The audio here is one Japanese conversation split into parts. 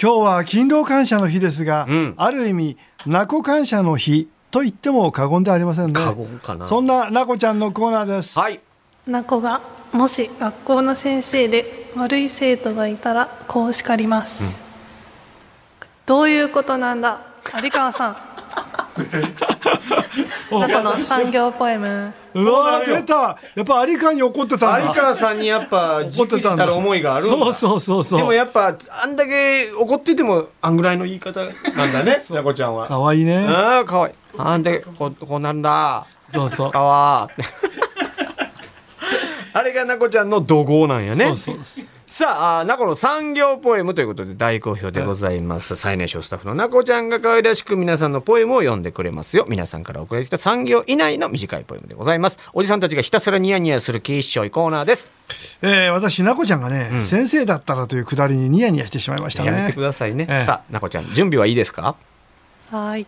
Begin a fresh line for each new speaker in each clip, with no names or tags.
今日は勤労感謝の日ですが、
うん
ある意味なこ感謝の日と言っても過言ではありませんね
過言かな
そんななこちゃんのコーナーです、
はい
なこがもし学校の先生で悪い生徒がいたらこう叱ります、どういうことなんだ有川さんなこの産業ポエム
うわー出たやっぱ有川に怒ってたんだ
有川さんにやっぱじ
怒っ
く
て
じ
たんだ
たる思いがあるんだ
そうそうそうそう
でもやっぱあんだけ怒っててもあんぐらいの言い方なんだねなこちゃんは
かわいいね
ああかわいいあんでここうなんだ
そうそう
かわー あれがなこちゃんの怒号なんやね
そうそうそう
さああーなこの産業ポエムということで大好評でございます、最年少スタッフのなこちゃんが可愛らしく皆さんのポエムを読んでくれますよ皆さんから送られてきた産業以内の短いポエムでございますおじさんたちがひたすらニヤニヤするキーショイコーナーです、
えー、私なこちゃんがね、先生だったらというくだりにニヤニヤしてしまいましたね
やめてくださいね、
ええ
さあなこちゃん準備はいいですか
はい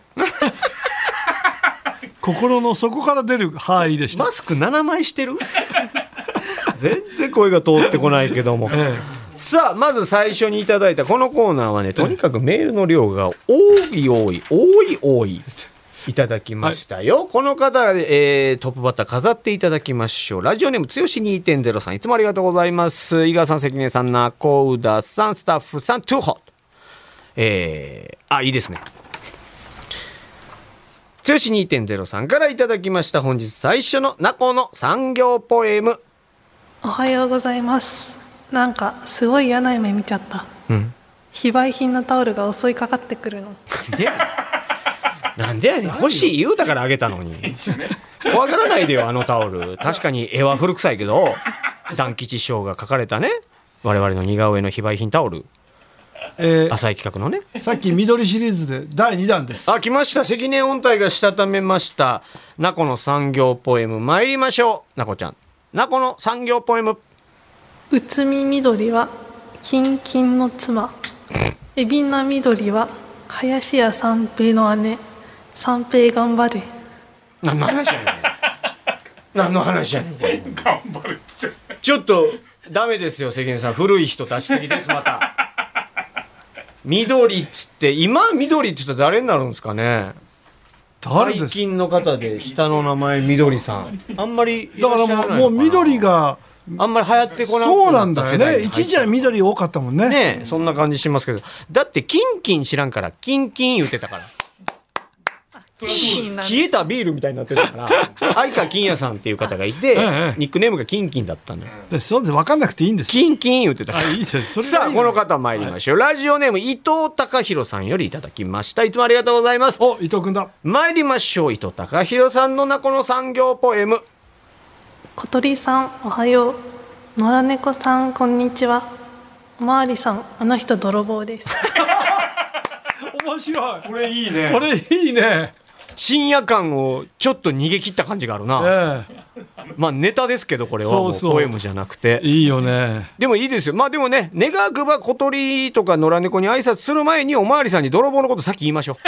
心の底から出るはいでした、
マスク7枚して る全然声が通ってこないけども、
え
さあまず最初にいただいたこのコーナーはねとにかくメールの量が多い多い多い多いいただきましたよ、この方、えー、トップバッター飾っていただきましょうラジオネーム剛2.0さんいつもありがとうございます井川さん関根さん中宇田さんスタッフさんトゥーホットえー、あいいですね剛2.0さんからいただきました本日最初のナコの産業ポエム
おはようございますなんかすごい嫌な夢見ちゃった、
ん
非売品のタオルが襲いかかってくるの
でなんでやねん欲しい言うたからあげたのに怖がらないでよあのタオル確かに絵は古臭いけど団吉師匠が書かれたね我々の似顔絵の非売品タオル
えー
浅井企画のね
さっき緑シリーズで第2弾です
あ来ました関根音体がしたためました「ナコの産業ポエム」参りましょうナコちゃんナコの産業ポエム
うつみみどりはキンキンの妻エビナみどりは林家三平の姉三平頑張れ
何の話やねん何の話やねん頑張るちょっとダメですよ関根さん古い人出しすぎですまた緑っつって今緑っつったら誰になるんですかね
誰
最
です
近の方で下の名前緑さんあんまりい
だ
ら
か
っしゃ
ら
らな
も
い
も
うの
う
かな
緑が
あんまり流行ってこなくった
そうなんだよ
世代
ね
に入って
一時は緑多かったもんね
ねえそんな感じしますけどだってキンキン知らんからキンキン言ってたから
キンキンなん
消えたビールみたいになってたから 相川金也さんっていう方がいて
ええ
ニックネームがキンキンだったのよ
でそうで分かんなくていいんです
キンキン言ってたか
あ
ら
いいですそれ
さ
が
あ
いい
こ
よ
の方参りましょうラジオネーム伊藤貴弘さんよりいただきましたいつもありがとうございます
お伊藤君だ
参りましょう伊藤貴弘さんのなこの産業ポエム
小鳥さんおはよう野良猫さんこんにちはおまわりさんあの人泥棒です
面白い
これいいね
これいいね
深夜感をちょっと逃げ切った感じがある
え
なまあネタですけどこれはもう
そうそう
ポエムじゃなくて
えいいよね
でもいいですよ。まあでもね、願わくば小鳥とか野良猫に挨拶する前におまわりさんに泥棒のことさっき言いましょ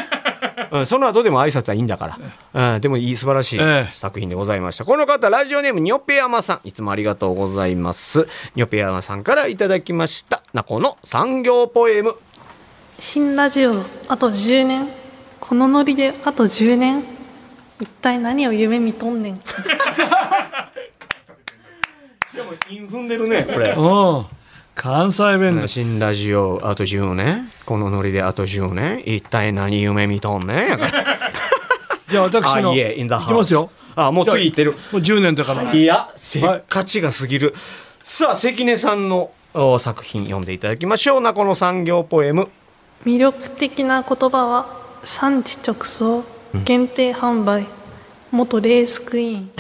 う。うん、その後でも挨拶はいいんだから。うん、でもいい素晴らしい
ええ
作品でございました。この方、ラジオネームニョペヤマさん。いつもありがとうございます。ニョペヤマさんからいただきました。ナコの産業ポエム。
新ラジオあと10年このノリであと10年一体何を夢見とんねん
イン踏んでるね、これ。
うん関西弁だし
新ラジオあと10年このノリであと10年一体何夢見とんねんやから
じゃあ 私
あ
の
いえ
い
イン
き
ダハウス
ますよ
あもう次いってる
もう10年だから
いや、せっかちが過ぎる。さあ、関根さんのお作品読んでいただきましょう。なこの産業ポエム。
魅力的な言葉は産地直送限定販売、元レースクイーン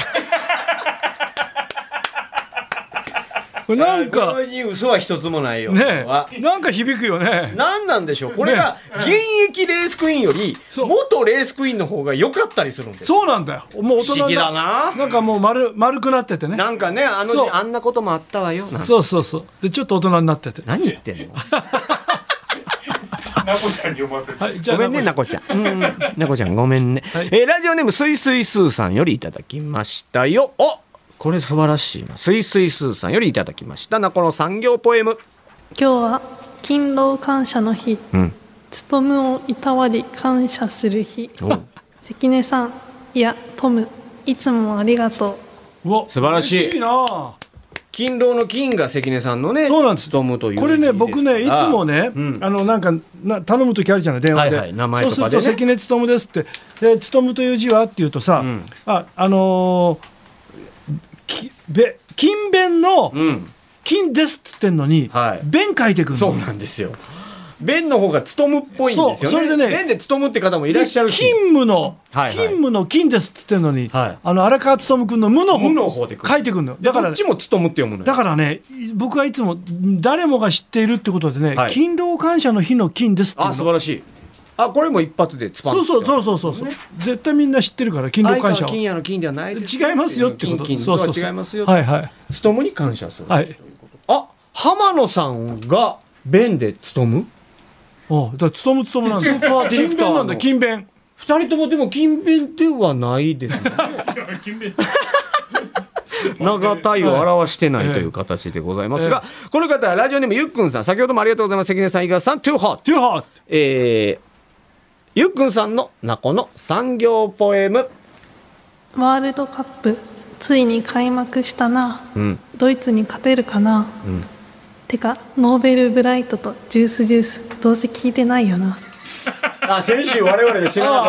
これなんか
に嘘は一つもないよ
ねえなんか響くよね
何なんでしょうこれが現役レースクイーンより
そう
元レースクイーンの方が良かったりするんです
そうなんだよもう大
不
人
思議
に
だ
な
な
なんかもう丸丸くなっててね
なんかねあの
そう
時あんなこともあったわよなんて
そうそうそうでちょっと大人になってて
何言ってんの
ナコちゃんに読ませて。
はいじゃ
ご
あ
めんね、
な
なこちゃん。うん、なこちゃん、ごめんね。
はい
えーラジオネーム、すいすいすーさんよりいただきましたよ。おこれ素晴らしいな。すいすいすーさんよりいただきました。なこの産業ポエム。
今日は勤労感謝の日
うん。
勤むをいたわり感謝する日
お
関根さんいやトムいつもありがとう
うわ
素晴らしい
嬉しいなあ
勤労の金が関根さんのね、
そうなんです
勤むという
これね僕ねいつも
ね、
ね、
うん
あのなんかな頼む時あるじゃない電話で、
はいはい名前とかでね
そうすると「関根勤です」って「で勤という字は?」って言うとさ、
うん
ああのーきべ勤勉の
うん、
「勤です」っつってんのに「
はい
弁」書いてくるの
そうなんですよ。弁の方が勤むっぽいんです
そ
よね。
うそれでね
弁で勤むって方もいらっしゃる
で
し。
勤務の、
はいはい
勤務の勤ですっつってんのに、
はい
あの荒川勤君の無の方
無の方で来る
書いてくるの。だ
だか、
からら、
こっちも勤むって読むのよ。
だからね、僕はいつも誰もが知っているってことでね、
はい
勤労感謝の日の勤ですっていう
あ、
の。
素晴らしい。あ、これも一発でつ。
そうそうそううそうそうそう、絶対みんな知ってるから勤労感謝は
相川金
違
也の金ではないです。
いますよってこと。
金
そうそう
金と
そう。
は違いますよ。
はいはい
勤むに感謝する。
はい。
あ、浜野さんが弁で勤む
おうだから勤む勤むなんだ。
スーパーディレクター
勤勉
の
なんだ勤勉。
二人ともでも勤勉ではないで すね。長体を表してないという形でございますが、この方はラジオネームゆっくんさん、先ほどもありがとうございます。関根さん、井川さん、トゥーハー
トゥーハート。
えー、ゆっくんさんのなこの産業 ポエム。
ワールドカップついに開幕したな
うん、
ドイツに勝てるかな、
ん
てかノーベルブライトとジュースジュースどうせ聞いてないよな
あ、先週我々が知らなかっ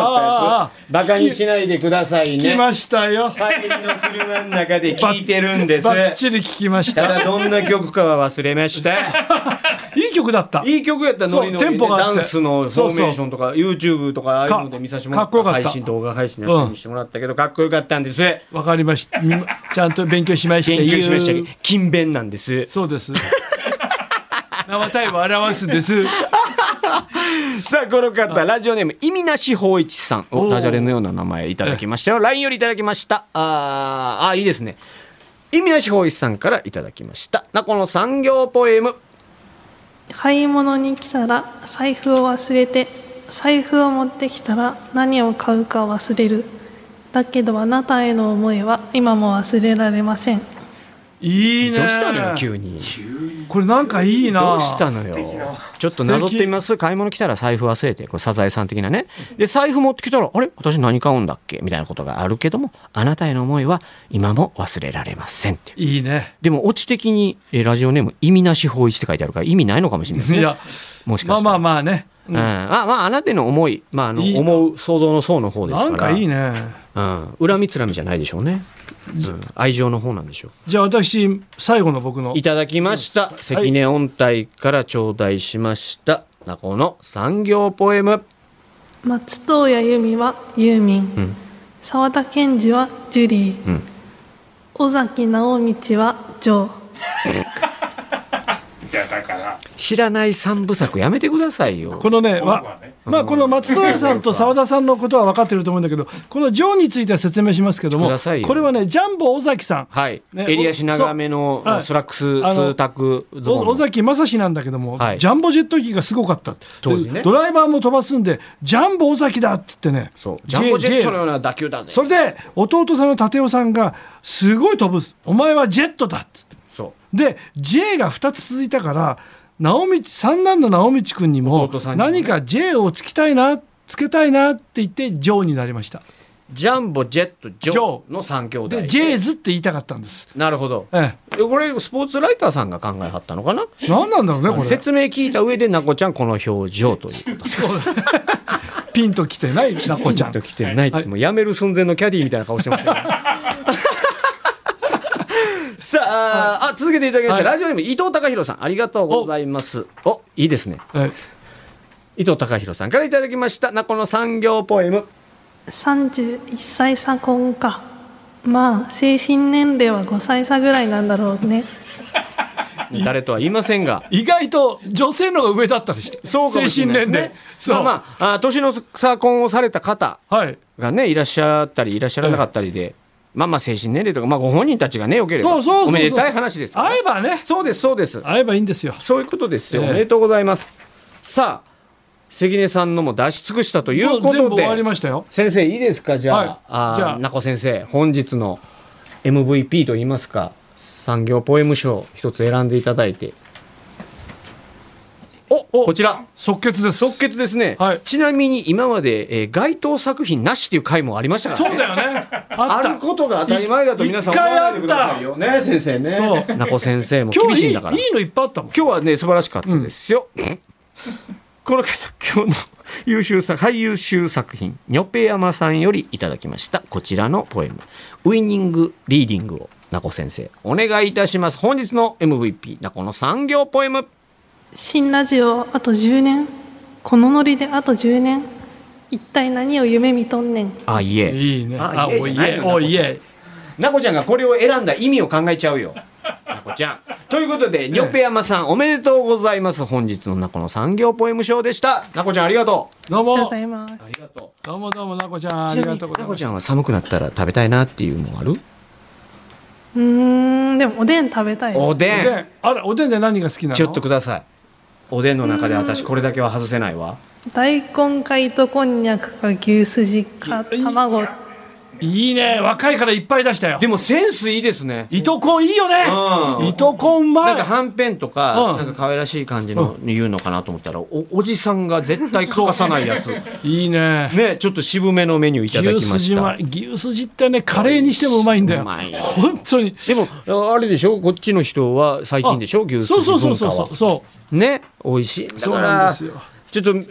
たやつ。バカにしないでください
来
ね。
ましたよ。
帰りの車の中で聞いてるんです
バ。ッチリ聞きました
た。だどんな曲かは忘れました。
いい曲だった。
いい曲やったらノリノリ
そうテ
で
ンポが
ダ
あっ
ン
て
スのフォーメーションとか YouTube とかああいうので見させてもら
かかっこよかった
配信動画配信なんかにしてもらったけど、かっこよかったんです。
わかりました。みんちゃんと勉強しました。
研究しました
言
り
う
勤勉なんです。
そうです。 生体を表すんです。
さあ、この方、ラジオネーム、意味なし法一さん。お、ダジャレのような名前いただきましたよ。LINE よりいただきました。あーあー、いいですね。意味なし法一さんからいただきました。なこの産業ポエム。
買い物に来たら財布を忘れて財布を持ってきたら何を買うか忘れるだけどあなたへの思いは今も忘れられません
いいね。
どうしたのよ、急に。
これなんかいいな。
どうしたのよ。ちょっとなぞってみます。買い物来たら財布忘れて、こうサザエさん的なね。で、財布持ってきたら、あれ私何買うんだっけみたいなことがあるけども、あなたへの思いは今も忘れられませんっていう。
いいね。
でも、オチ的に、えーラジオネーム、意味なし法一って書いてあるから、意味ないのかもしれないです
い
ね。
や、
もし
ま
か
あ
し
ま
たら。
あまあね。
うん、まあまああなたの思い、まあ、あの
いいな
思う想像の層の方ですか
な
ら
んかいいね。
うん、恨みつらみじゃないでしょうね、うん、愛情の方なんでしょ
じゃあ私最後の僕の
ういただきました、関根音体から頂戴しましたなこの産業ポエム
松任谷由実はユーミン、
ん
沢田研二はジュリー、
うん
尾崎直道はジョー
知らない三部作やめてくださいよ
このね、わまあこの松任谷さんと澤田さんのことは分かってると思うんだけど、このジョーについては説明しますけど
く
も、
ださいよ
これはねジャンボ尾崎さん、
はい、
ね
襟足長めの
そうはい
スラックス
あの
通卓ズボン
お
の
尾崎正志なんだけども、
はい
ジャンボジェット機がすごかった。
当時ね
でドライバーも飛ばすんでジャンボ尾崎だっつってね。
そう
J-
ジャンボジェット
J
のような打球だぜ
それで弟さんの立夫さんがすごい飛ぶお前はジェットだっつって
そう
で J が2つ続いたから直道三男の直道君にも
弟さんにもね
何か J をつきたいなつけたいなって言ってジョーになりました
ジャンボジェットジ
ジ
ョ
ョ
ーの三兄弟
で J ズって言いたかったんです、
なるほど
え
えこれスポーツライターさんが考えはったのかな
え、何なんだろうねこれ
説明聞いた上でなこちゃんこの表情ということです
ピンときて ないなこちゃん
と来てないってもうやめる寸前のキャディーみたいな顔してましたよ さあ,、あ続けていただきました、
はい
ラジオネーム伊藤貴弘さんありがとうございますおいいですね
え
伊藤貴弘さんからいただきましたなこの産業ポエム
31歳差婚かまあ精神年齢は5歳差ぐらいなんだろうね
誰とは言いませんが
え意外と女性の方が上だったりして
そうかもしれないですね
精神年齢そう、
まあまああ年の差婚をされた方
はい
がねいらっしゃったりいらっしゃらなかったりで、まあまあ精神年齢とか、まあ、ご本人たちがねよければ
そうそうそうそう
おめでたい話ですから
会えばね
そうですそうです
会えばいいんですよ
そういうことですよ、
ええ
おめでとうございますさあ関根さんのも出し尽くしたというこ
全
と
部終わり
で
ましたよ
先生いいですかじゃあ,、
はい
あ
じゃ
あ
あ
名子先生本日の MVP といいますか産業ポエム賞一つ選んでいただいてお
お
こちら
即決です
即決ですね、
はい
ちなみに今まで、えー、該当作品なしっていう回もありましたからね
そうだよねあ
あ
った
ることが当たり前だと皆さん
一
思
回
わないでくださいよね先生ね
そ
なこ先生も
今
厳
日い
しい
い
ん
い
だから今
いのいっぱいあったもん
日はね素晴らしかったですよ、 この方今日の優秀作最優秀作品ニョペヤマさんよりいただきましたこちらのポエムウイニングリーディングをなこ先生お願いいたします本日の MVP なこの産業ポエム
新ラジオあと10年このノリであと10年一体何を夢見とんねん
あいえ
いいね
あ
あ
いい
お
じゃ
い
ない
え
の
おいえ
なこちゃんがこれを選んだ意味を考えちゃうよ。 なこちゃん。ということで、にょぺやまさん、おめでとうございます。本日のなこの産業ポエム賞でした。なこちゃん、ありがとう。
どう
ありがとうご
も
ざいます
ありがと
どうもどうもなこちゃん
う
ありがとうござ
ないこ
ます
ちゃんは寒くなったら食べたいなっていうのある。
うーんでもおでん食べたい
おで
おでん
ん。
あらおでんで何が好きなの
ちょっとください。おでんの中で、私、これだけは外せないわ。
大根か糸こんにゃくか牛すじか卵
いいね若いからいっぱい出したよ
でも、センスいいですね。
糸こんいいよ
うん
ね糸こんうま
ないんかはんぺんと
う
か、
ん
なんか可愛らしい感じの言うのかなと思ったら、おおじさんが絶対欠かさないやつ。
いいね
ね、ちょっと渋めのメニューいただきま
牛す
し
じ
た。
は牛すじってねカレーにしてもうまいんだよ
うまいよ
本当に
でもああれでしょこっちの人は最近でしょ牛す
そう
じ
そうそう
文化
そ
は
うそう
ね美味しいだ
そう
か
なん
ら
ですよ
ちょっとね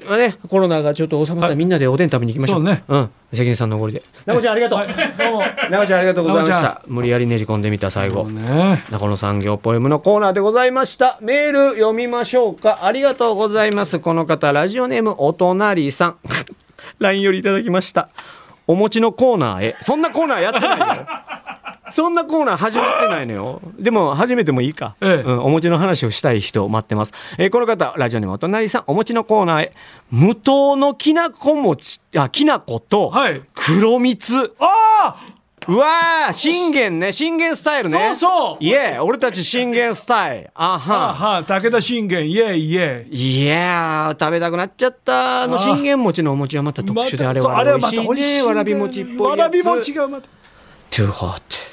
コロナがちょっと収まったら
はい
みんなでおでん食べに行きましょう、
そうね
ん関根さんのおごりでなこちゃんありがとう、
どうも
なこちゃんありがとうございまし
なこ
た無理やりねじ込んでみた最後
ね
なこの産業ポエムのコーナーでございましたメール読みましょうかありがとうございますこの方ラジオネームお隣さん LINE よりいただきましたお餅のコーナーへそんなコーナーやってない よそんなコーナー始まってないのよでも始めてもいいか、
ええ
うん、お餅の話をしたい人待ってます、えーこの方ラジオネームお隣さんお餅のコーナーへ無糖のきなこ餅あきな粉と
はい
黒蜜、
あ
うわー信玄ね信玄スタイルね
あそうそう
いえ、俺たち信玄スタイル。
はあ
あは。
はあ武田信玄イエイイエイ
いやー食べたくなっちゃったあの
あー
信玄餅のお餅はまた特殊であれ
またそう
は美味しいね
んだよ
わらび餅っぽいやつ
わらび餅がまた
トゥーホッ